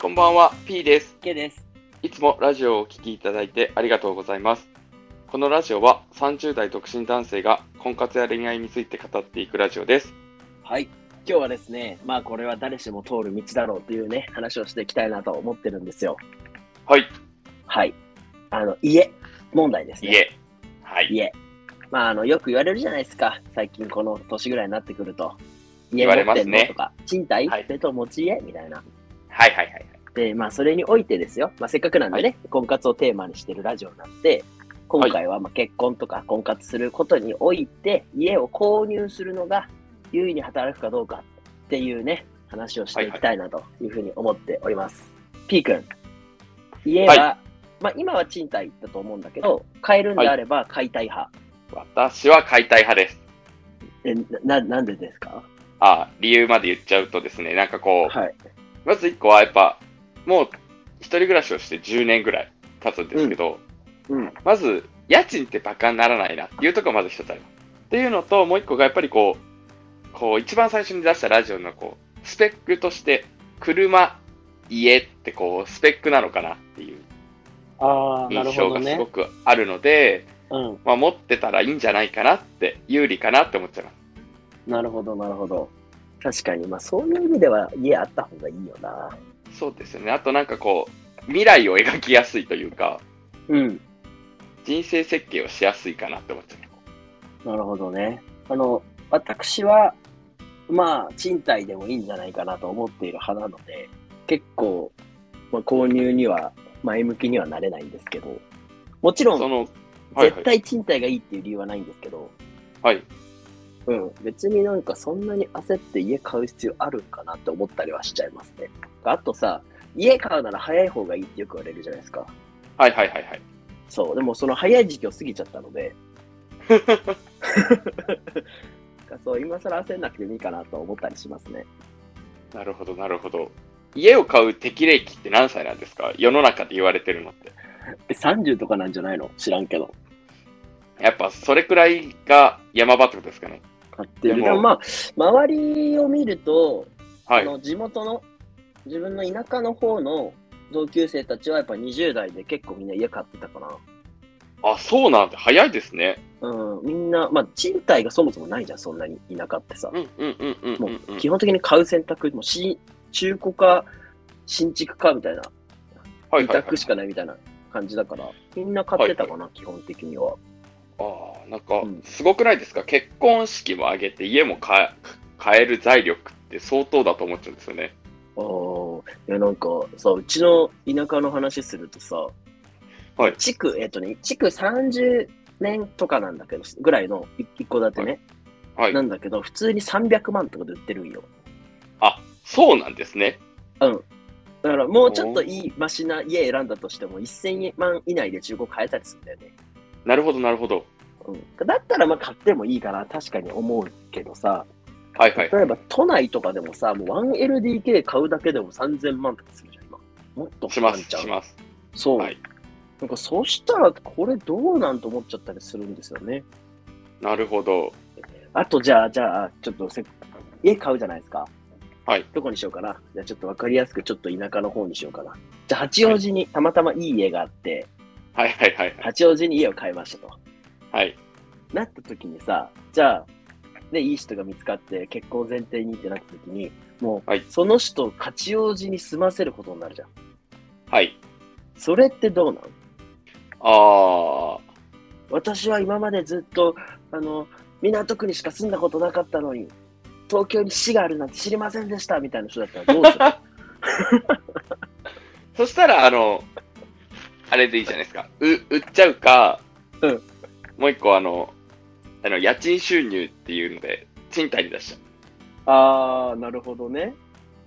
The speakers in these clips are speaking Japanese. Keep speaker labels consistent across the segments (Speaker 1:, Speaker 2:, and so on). Speaker 1: こんばんは、P です。
Speaker 2: K です。
Speaker 1: いつもラジオをお聴きいただいてありがとうございます。このラジオは30代独身男性が婚活や恋愛について語っていくラジオです。
Speaker 2: はい。今日はですね、まあこれは誰しも通る道だろうというね、話をしていきたいなと思ってるんですよ。
Speaker 1: はい、
Speaker 2: はい。あの、家問題ですね。
Speaker 1: 家。はい、
Speaker 2: 家。まあ、あの、よく言われるじゃないですか。最近この年ぐらいになってくると。家
Speaker 1: 言われますね
Speaker 2: 持ってんのとか、賃貸、
Speaker 1: はい
Speaker 2: それとも持ち家みたいな。
Speaker 1: はい、はい、はい。
Speaker 2: で、まあ、それにおいてですよ。まあ、せっかくなんでね、婚活をテーマにしてるラジオなんで、今回はまあ結婚とか婚活することにおいて、家を購入するのが優位に働くかどうかっていうね、話をしていきたいなというふうに思っております。P 君、家は、
Speaker 1: はい
Speaker 2: まあ、今は賃貸だと思うんだけど、買えるんであれば解体派。
Speaker 1: 私は解体派です。
Speaker 2: え、な、ななんでですか
Speaker 1: あー理由まで言っちゃうとですね、なんかこう、
Speaker 2: はい。
Speaker 1: まず1個はやっぱ、もう一人暮らしをして10年ぐらい経つんですけど、
Speaker 2: うん。
Speaker 1: まず、家賃ってバカにならないなっていうところがまず一つあります。っていうのと、もう一個がやっぱりこう、こう、一番最初に出したラジオのこう、スペックとして、車、家ってこう、スペックなのかなっていう
Speaker 2: あ
Speaker 1: 印象がすご。くあるので、
Speaker 2: うん。
Speaker 1: まあ持ってたらいいんじゃないかなって、有利かなって思っちゃいます。
Speaker 2: なるほど、なるほど。確かに、まあ、そういう意味では家あった方がいいよな。
Speaker 1: そうですよね。あとなんかこう、未来を描きやすいというか、
Speaker 2: うん。
Speaker 1: 人生設計をしやすいかなって思っちゃいます。
Speaker 2: なるほどね。あの、私は、まあ、賃貸でもいいんじゃないかなと思っている派なので、結構、まあ、購入には前向きにはなれないんですけど、もちろ
Speaker 1: そ
Speaker 2: ん、
Speaker 1: の、はいは
Speaker 2: 絶
Speaker 1: い。
Speaker 2: 対賃貸がいいっていう理由はないんですけど、
Speaker 1: はい。
Speaker 2: うん、別になんかそんなに焦って家買う必要あるんかなって思ったりはしちゃいますね。あとさ、家買うなら早い方がいいってよく言われるじゃないですか。
Speaker 1: はいはいはいはい。
Speaker 2: そう、でもその早い時期を過ぎちゃった ので、そう今更焦んなくてもいいかなと思ったりしますね。
Speaker 1: なるほど、なるほど。家を買う適齢期って何歳なんですか世の中で言われてるのって。
Speaker 2: え30とかなんじゃないの知らんけど。
Speaker 1: やっぱそれくらいが山場ってことですかね。
Speaker 2: 買ってる。
Speaker 1: で
Speaker 2: で
Speaker 1: も
Speaker 2: もまあ、周りを見ると、
Speaker 1: は
Speaker 2: あ
Speaker 1: い。
Speaker 2: の地元の、自分の田舎の方の同級生たちはやっぱ20代で結構みんな家買ってたかな。
Speaker 1: あ、そうなんだ。早いですね。
Speaker 2: うん、みんな、まあ、賃貸がそもそもないじゃん、そんなに田舎ってさ
Speaker 1: う。んうんうんうんうんうん。
Speaker 2: 基本的に買う選択、もうし中古か新築かみたいな、
Speaker 1: はい
Speaker 2: 二
Speaker 1: はい、はい
Speaker 2: 択。しかないみたいな感じだから、みんな買ってたかな、基本的には。
Speaker 1: ああ、なんか
Speaker 2: うん
Speaker 1: すごくないですか、結婚式も挙げて家も買え買える財力って相当だと思っちゃうんですよね。
Speaker 2: あーいや、なんかさ、うちの田舎の話するとさ、
Speaker 1: はい
Speaker 2: 築、えっとね、築30年とかなんだけど、ぐらいの一一戸建てね、
Speaker 1: はい
Speaker 2: な。んだけど、普通に300万とかで売ってるんよ。
Speaker 1: あ、そうなんですね。
Speaker 2: だからもうちょっといいマシな家選んだとしても1000万以内で中古買えたりするんだよね。
Speaker 1: なるほど、なるほど。
Speaker 2: うん、だったらまあ買ってもいいかな確かに思うけどさ、
Speaker 1: はいはい。
Speaker 2: 例えば都内とかでもさ、もう 1LDK 買うだけでも3000万とかするじゃん、今。もっと
Speaker 1: しま
Speaker 2: か
Speaker 1: す、
Speaker 2: かんちゃう
Speaker 1: します。
Speaker 2: そう。
Speaker 1: はい
Speaker 2: なんかそしたらこれどうなんと思っちゃったりするんですよね。
Speaker 1: なるほど。
Speaker 2: あとじゃあ、じゃあ、ちょっとせ家買うじゃないですか。
Speaker 1: はい。
Speaker 2: どこにしようかな。じゃあちょっとわかりやすくちょっと田舎の方にしようかな。じゃあ八王子にたまたまいい家があって、
Speaker 1: はいはいはい。
Speaker 2: 八王子に家を買いましたと。
Speaker 1: はい。
Speaker 2: なった時にさ、じゃあ、ね、いい人が見つかって結婚前提にってなった時に、もう、
Speaker 1: はい
Speaker 2: その人を八王子に住ませることになるじゃん。
Speaker 1: はい。
Speaker 2: それってどうなん
Speaker 1: ああ、
Speaker 2: 私は今までずっと、あの、港区にしか住んだことなかったのに、東京に市があるなんて知りませんでしたみたいな人だったらどうする
Speaker 1: そしたら、あの、あれでいいじゃないですか。う、売っちゃうか、
Speaker 2: うん
Speaker 1: もう一個、あの、あの、家賃収入っていうので、賃貸に出しちゃう。
Speaker 2: あー、なるほどね。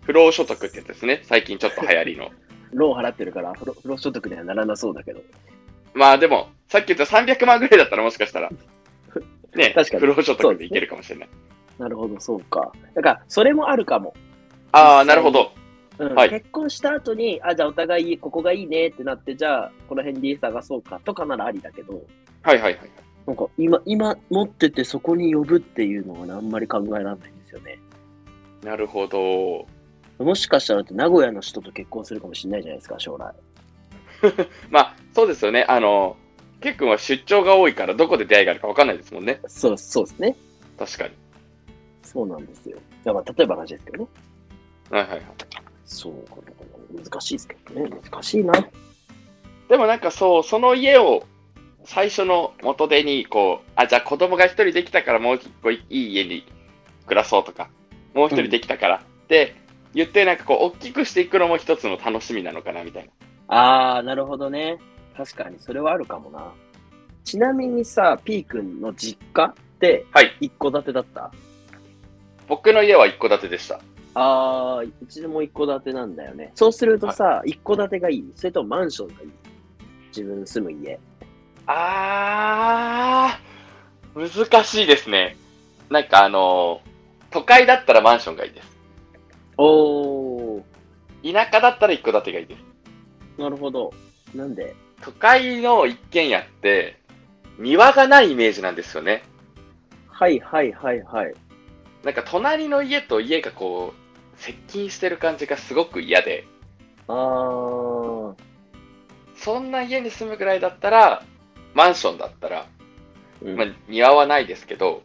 Speaker 1: 不労所得ってやつですね。最近ちょっと流行 りの。
Speaker 2: ローン払ってるから、不労不労所得にはならなそうだけど。
Speaker 1: まあでも、さっき言った300万ぐらいだったらもしかした ら、ね、
Speaker 2: 確かに
Speaker 1: 不労所得でいけるかもしれない。
Speaker 2: なるほど、そうか。だから、それもあるかも。
Speaker 1: ああ、なるほど。
Speaker 2: うん
Speaker 1: はい
Speaker 2: 結婚した後に、あ、じゃあお互いここがいいねってなって、じゃあこの辺で探そうかとかならありだけど、
Speaker 1: はいはいはい。
Speaker 2: なんか今、今持っててそこに呼ぶっていうのはねあんまり考えられないんですよね。
Speaker 1: なるほど。
Speaker 2: もしかしたらだって名古屋の人と結婚するかもしれないじゃないですか、将来。
Speaker 1: まあ、そうですよね。あの、ケッ君は出張が多いから、どこで出会いがあるか分かんないですもんね。
Speaker 2: そう、そうですね。
Speaker 1: 確かに。
Speaker 2: そうなんですよ。だから例えばの話ですけどね。
Speaker 1: はいはいはい。
Speaker 2: そう、これこれ難しいですけどね。難しいな。
Speaker 1: でもなんかそう、その家を最初の元手に、こう、あ、じゃあ子供が一人できたからもう一個いい家に暮らそうとか、もう一人できたからって言って、なんかこう、大きくしていくのも一つの楽しみなのかなみたいな。
Speaker 2: あー、なるほどね。確かに、それはあるかもな。ちなみにさ、P 君の実家って、
Speaker 1: はい。
Speaker 2: 一戸建てだった
Speaker 1: 僕の家は一戸建てでした。
Speaker 2: あー、うちも一戸建てなんだよね。そうするとさ、一戸建てがいいそれともマンションがいい自分住む家。
Speaker 1: あー、難しいですね。なんかあの都会だったらマンションがいいです。
Speaker 2: おー、
Speaker 1: 田舎だったら一戸建てがいいです。
Speaker 2: なるほど。なんで
Speaker 1: 都会の一軒家って、庭がないイメージなんですよね。
Speaker 2: はいはいはいはい。
Speaker 1: なんか隣の家と家がこう、接近してる感じがすごく嫌で、
Speaker 2: あー、
Speaker 1: そんな家に住むぐらいだったら、マンションだったら、
Speaker 2: うん
Speaker 1: まあ、庭はないですけど、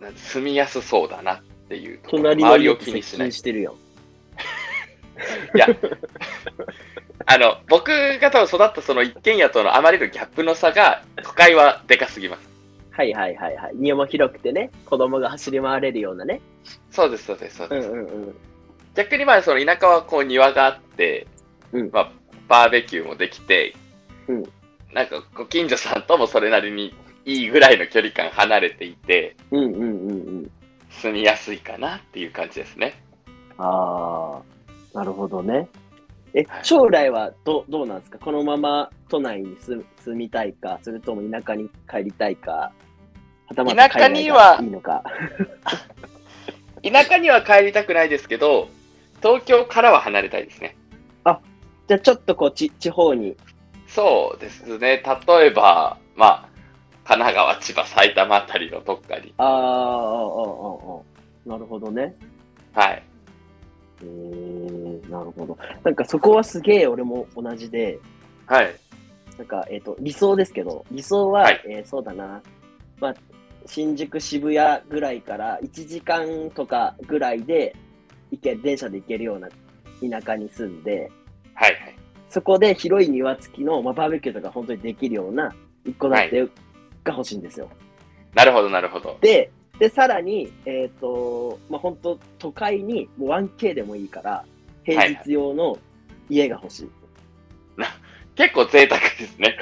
Speaker 1: なんか住みやすそうだなっていうところ
Speaker 2: 隣の
Speaker 1: 周り
Speaker 2: 家
Speaker 1: を気
Speaker 2: と接
Speaker 1: にしな
Speaker 2: 近
Speaker 1: い。
Speaker 2: してるよ。
Speaker 1: あの、僕が多分育ったその一軒家とのあまりのギャップの差が、都会はでかすぎます。
Speaker 2: はいはいはいはい。庭も広くてね、子供が走り回れるようなね。
Speaker 1: そうです、そうです、そう
Speaker 2: う
Speaker 1: で
Speaker 2: ん
Speaker 1: す。
Speaker 2: うんうん。
Speaker 1: 逆にまあその田舎はこう庭があって、
Speaker 2: うん
Speaker 1: まあ、バーベキューもできて、
Speaker 2: うん
Speaker 1: なんかご近所さんともそれなりにいいぐらいの距離感離れていて
Speaker 2: うんうんうんうん。
Speaker 1: 住みやすいかなっていう感じですね
Speaker 2: ああ、なるほどね。え
Speaker 1: は、い
Speaker 2: 将来はどどうなんですかこのまま都内に住住みたいか、それとも田舎に帰りたいか、はたまた海外がいいのか。
Speaker 1: 田舎には帰りたくないですけど東京からは離れたいですね
Speaker 2: じゃあちょっとこうち地方に。
Speaker 1: そうですね例えばまあ神奈川千葉埼玉あたりのどっかに
Speaker 2: あーあー、あーあー、なるほどね。
Speaker 1: はい
Speaker 2: えー、なるほど。なんかそこはすげえ俺も同じで、
Speaker 1: はい
Speaker 2: なんか、えっ、と、理想ですけど、理想は、
Speaker 1: はい
Speaker 2: えーそうだな。まあ、新宿、渋谷ぐらいから1時間とかぐらいで行け、電車で行けるような田舎に住んで、
Speaker 1: はいはい
Speaker 2: そこで広い庭付きの、まあ、バーベキューとか本当にできるような一戸建てが欲しいんですよ。
Speaker 1: なるほどなるほど
Speaker 2: で、で、さらに、えっ、と、まあ、本当都会にもう 1K でもいいから、平日用の家が欲しい。
Speaker 1: 結構贅沢ですね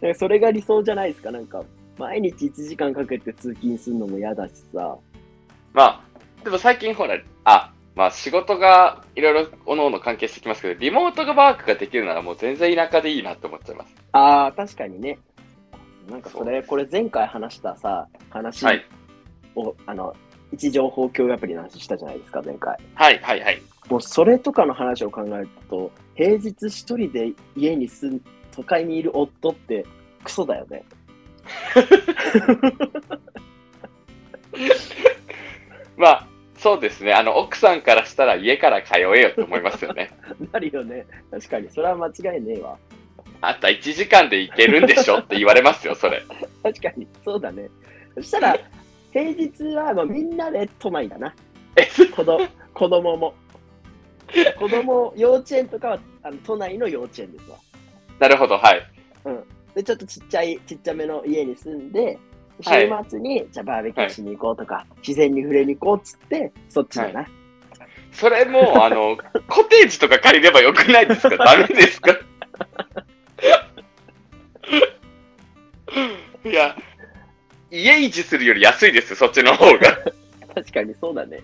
Speaker 2: えそれが理想じゃないですか、なんか、毎日1時間かけて通勤するのも嫌だしさ。
Speaker 1: まあ、でも最近ほら、あ、まあ仕事がいろいろおのおの関係してきますけど、リモートワークができるならもう全然田舎でいいなって思っちゃいます。
Speaker 2: ああ、確かにね。なんかそ
Speaker 1: そうで
Speaker 2: れ、
Speaker 1: す
Speaker 2: これ前回話したさ、話を、
Speaker 1: はい。
Speaker 2: あの、位置情報共有アプリの話したじゃないですか、前回。
Speaker 1: はい、はい、はい。
Speaker 2: もうそれとかの話を考えると、平日一人で家に住ん、都会にいる夫ってクソだよね。
Speaker 1: まあ、そうですね。あの、奥さんからしたら家から通えよって思いますよね。
Speaker 2: なるよね。確かに、それは間違いねえわ。
Speaker 1: あんた1時間で行けるんでしょって言われますよ、それ。
Speaker 2: 確かに、そうだね。そしたら、平日は、まあ、みんなで都内だな。
Speaker 1: え
Speaker 2: 子ど子供も。子供、幼稚園とかはあの都内の幼稚園ですわ。
Speaker 1: なるほど、はい。
Speaker 2: で、ちょっとちっちゃい、ちっちゃめの家に住んで、週
Speaker 1: はい
Speaker 2: 末に、じゃあバーベキューしに行こうとか、自然に触れに行こうっつって、そっちだな。
Speaker 1: それもう、 あの、コテージとか借りればよくないですかダメです かいや、家維持するより安いですよ、そっちの方が。
Speaker 2: 確かにそうだね。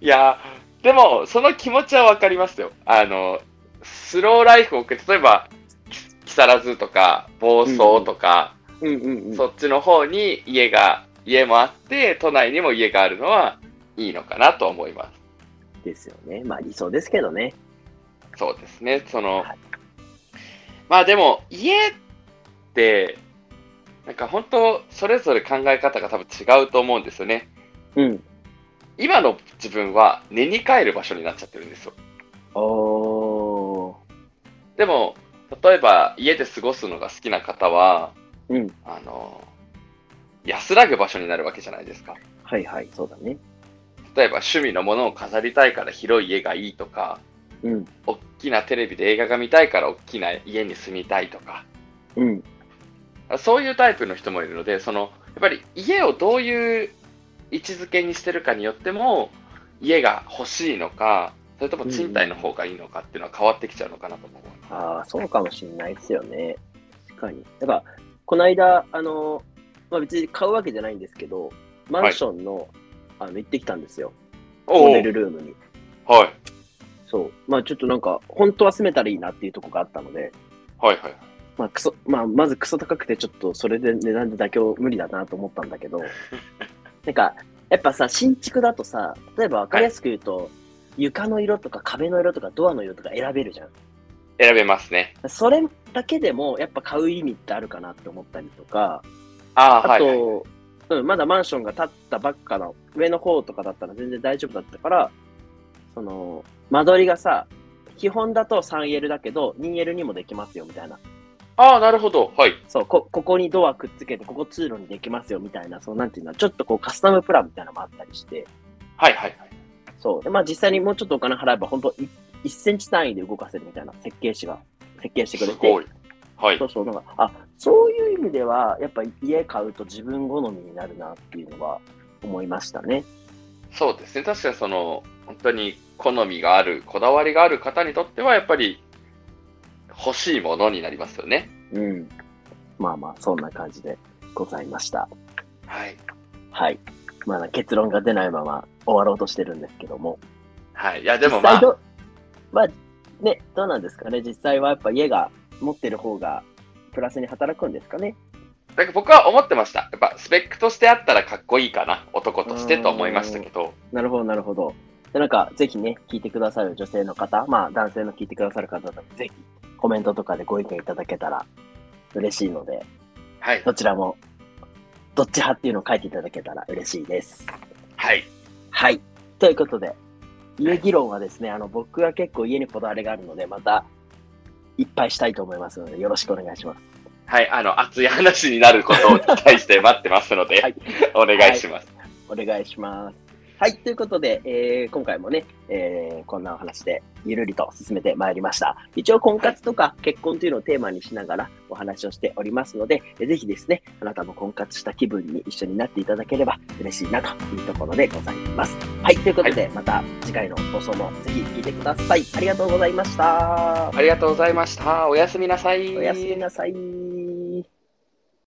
Speaker 1: いやーでもその気持ちはわかりますよあのスローライフを送って例えばき木更津とか房総とか、
Speaker 2: うんうんうん。
Speaker 1: そっちの方に家が家もあって都内にも家があるのはいいのかなと思いま
Speaker 2: ですよね。まあ理想ですけどね。
Speaker 1: すそうですねその、
Speaker 2: はい
Speaker 1: まあでも家ってなんか本当それぞれ考え方が多分違うと思うんですよね
Speaker 2: うん。
Speaker 1: 今の自分は寝に帰る場所になっちゃってるんですよ。
Speaker 2: おー。
Speaker 1: でも、例えば家で過ごすのが好きな方は、
Speaker 2: うん
Speaker 1: あの、安らぐ場所になるわけじゃないですか。
Speaker 2: はいはい、そうだね。
Speaker 1: 例えば趣味のものを飾りたいから広い家がいいとか、
Speaker 2: うん。
Speaker 1: 大きなテレビで映画が見たいから大きな家に住みたいとか、
Speaker 2: うん。
Speaker 1: そういうタイプの人もいるので、その、やっぱり家をどういう位置づけにしてるかによっても、家が欲しいのか、それとも賃貸の方がいいのかっていうのは変わってきちゃうのかなと思う。
Speaker 2: ああ、そうかもしれないですよね。確かに。だから、この間、あの、まあ別に買うわけじゃないんですけど、マンションの、あの、行ってきたんですよ。モ
Speaker 1: お
Speaker 2: デ
Speaker 1: う
Speaker 2: ルルームに。
Speaker 1: はい。
Speaker 2: そう。まあちょっとなんか、本当は住めたらいいなっていうとこがあったので、
Speaker 1: はいはい。
Speaker 2: まあ、クソ、まあ、まずクソ高くて、ちょっとそれで値段で妥協無理だなと思ったんだけど、なんか、やっぱさ、新築だとさ、例えば分かりやすく言うと、床の色とか壁の色とかドアの色とか選べるじゃん。
Speaker 1: 選べますね。
Speaker 2: それだけでも、やっぱ買う意味ってあるかなって思ったりとか、
Speaker 1: ああ、
Speaker 2: あ
Speaker 1: はい、
Speaker 2: と、
Speaker 1: はい。
Speaker 2: うん、まだマンションが建ったばっかの上の方とかだったら全然大丈夫だったから、その、間取りがさ、基本だと 3L だけど、2L にもできますよみたいな。
Speaker 1: ああ、なるほど。はい。
Speaker 2: そうこ、ここにドアくっつけて、ここ通路にできますよみたいな、そうなんていうの、ちょっとこうカスタムプランみたいなのもあったりして、
Speaker 1: はいはいはい。
Speaker 2: そう。で、まあ実際にもうちょっとお金払えば、本当い1センチ単位で動かせるみたいな設計士が設計してくれ
Speaker 1: す
Speaker 2: て。
Speaker 1: ごい。はい
Speaker 2: そ。うそう、なんか、あ、そういう意味では、やっぱり家買うと自分好みになるなっていうのは思いましたね。
Speaker 1: そうですね。確かにその、本当に好みがある、こだわりがある方にとっては、やっぱり欲しいものになりますよね。
Speaker 2: うん。まあまあ、そんな感じでございました。
Speaker 1: はい。
Speaker 2: はい。まだ結論が出ないまま終わろうとしてるんですけども。
Speaker 1: はい。いや、でもま
Speaker 2: 実際
Speaker 1: あ、
Speaker 2: どまあ、ね、どうなんですかね、実際はやっぱ家が持ってる方がプラスに働くんですかね。
Speaker 1: なんか僕は思ってました。やっぱスペックとしてあったらかっこいいかな、男としてと思いましたけど、
Speaker 2: なるほど、なるほど。でなんか、ぜひね、聞いてくださる女性の方、まあ、男性の聞いてくださる方だと、ぜひ、コメントとかでご意見いただけたら嬉しいので、
Speaker 1: はい。
Speaker 2: どちらも、どっち派っていうのを書いていただけたら嬉しいです。
Speaker 1: はい。
Speaker 2: はい。ということで、家議論はですね、あの、僕は結構家にこだわりがあるので、また、いっぱいしたいと思いますので、よろしくお願いします。
Speaker 1: はい。あの、熱い話になることを期待して待ってますので、
Speaker 2: はい
Speaker 1: お願いします。
Speaker 2: お願いします。はい、ということで、えー今回もね、えーこんなお話でゆるりと進めてまいりました。一応、婚活とか結婚というのをテーマにしながらお話をしておりますので、えーぜひですね、あなたも婚活した気分に一緒になっていただければ嬉しいなというところでございます。はい、ということで、また次回の放送もぜひ聞いてください。ありがとうございました。
Speaker 1: ありがとうございました。おやすみなさい。
Speaker 2: おやすみなさい。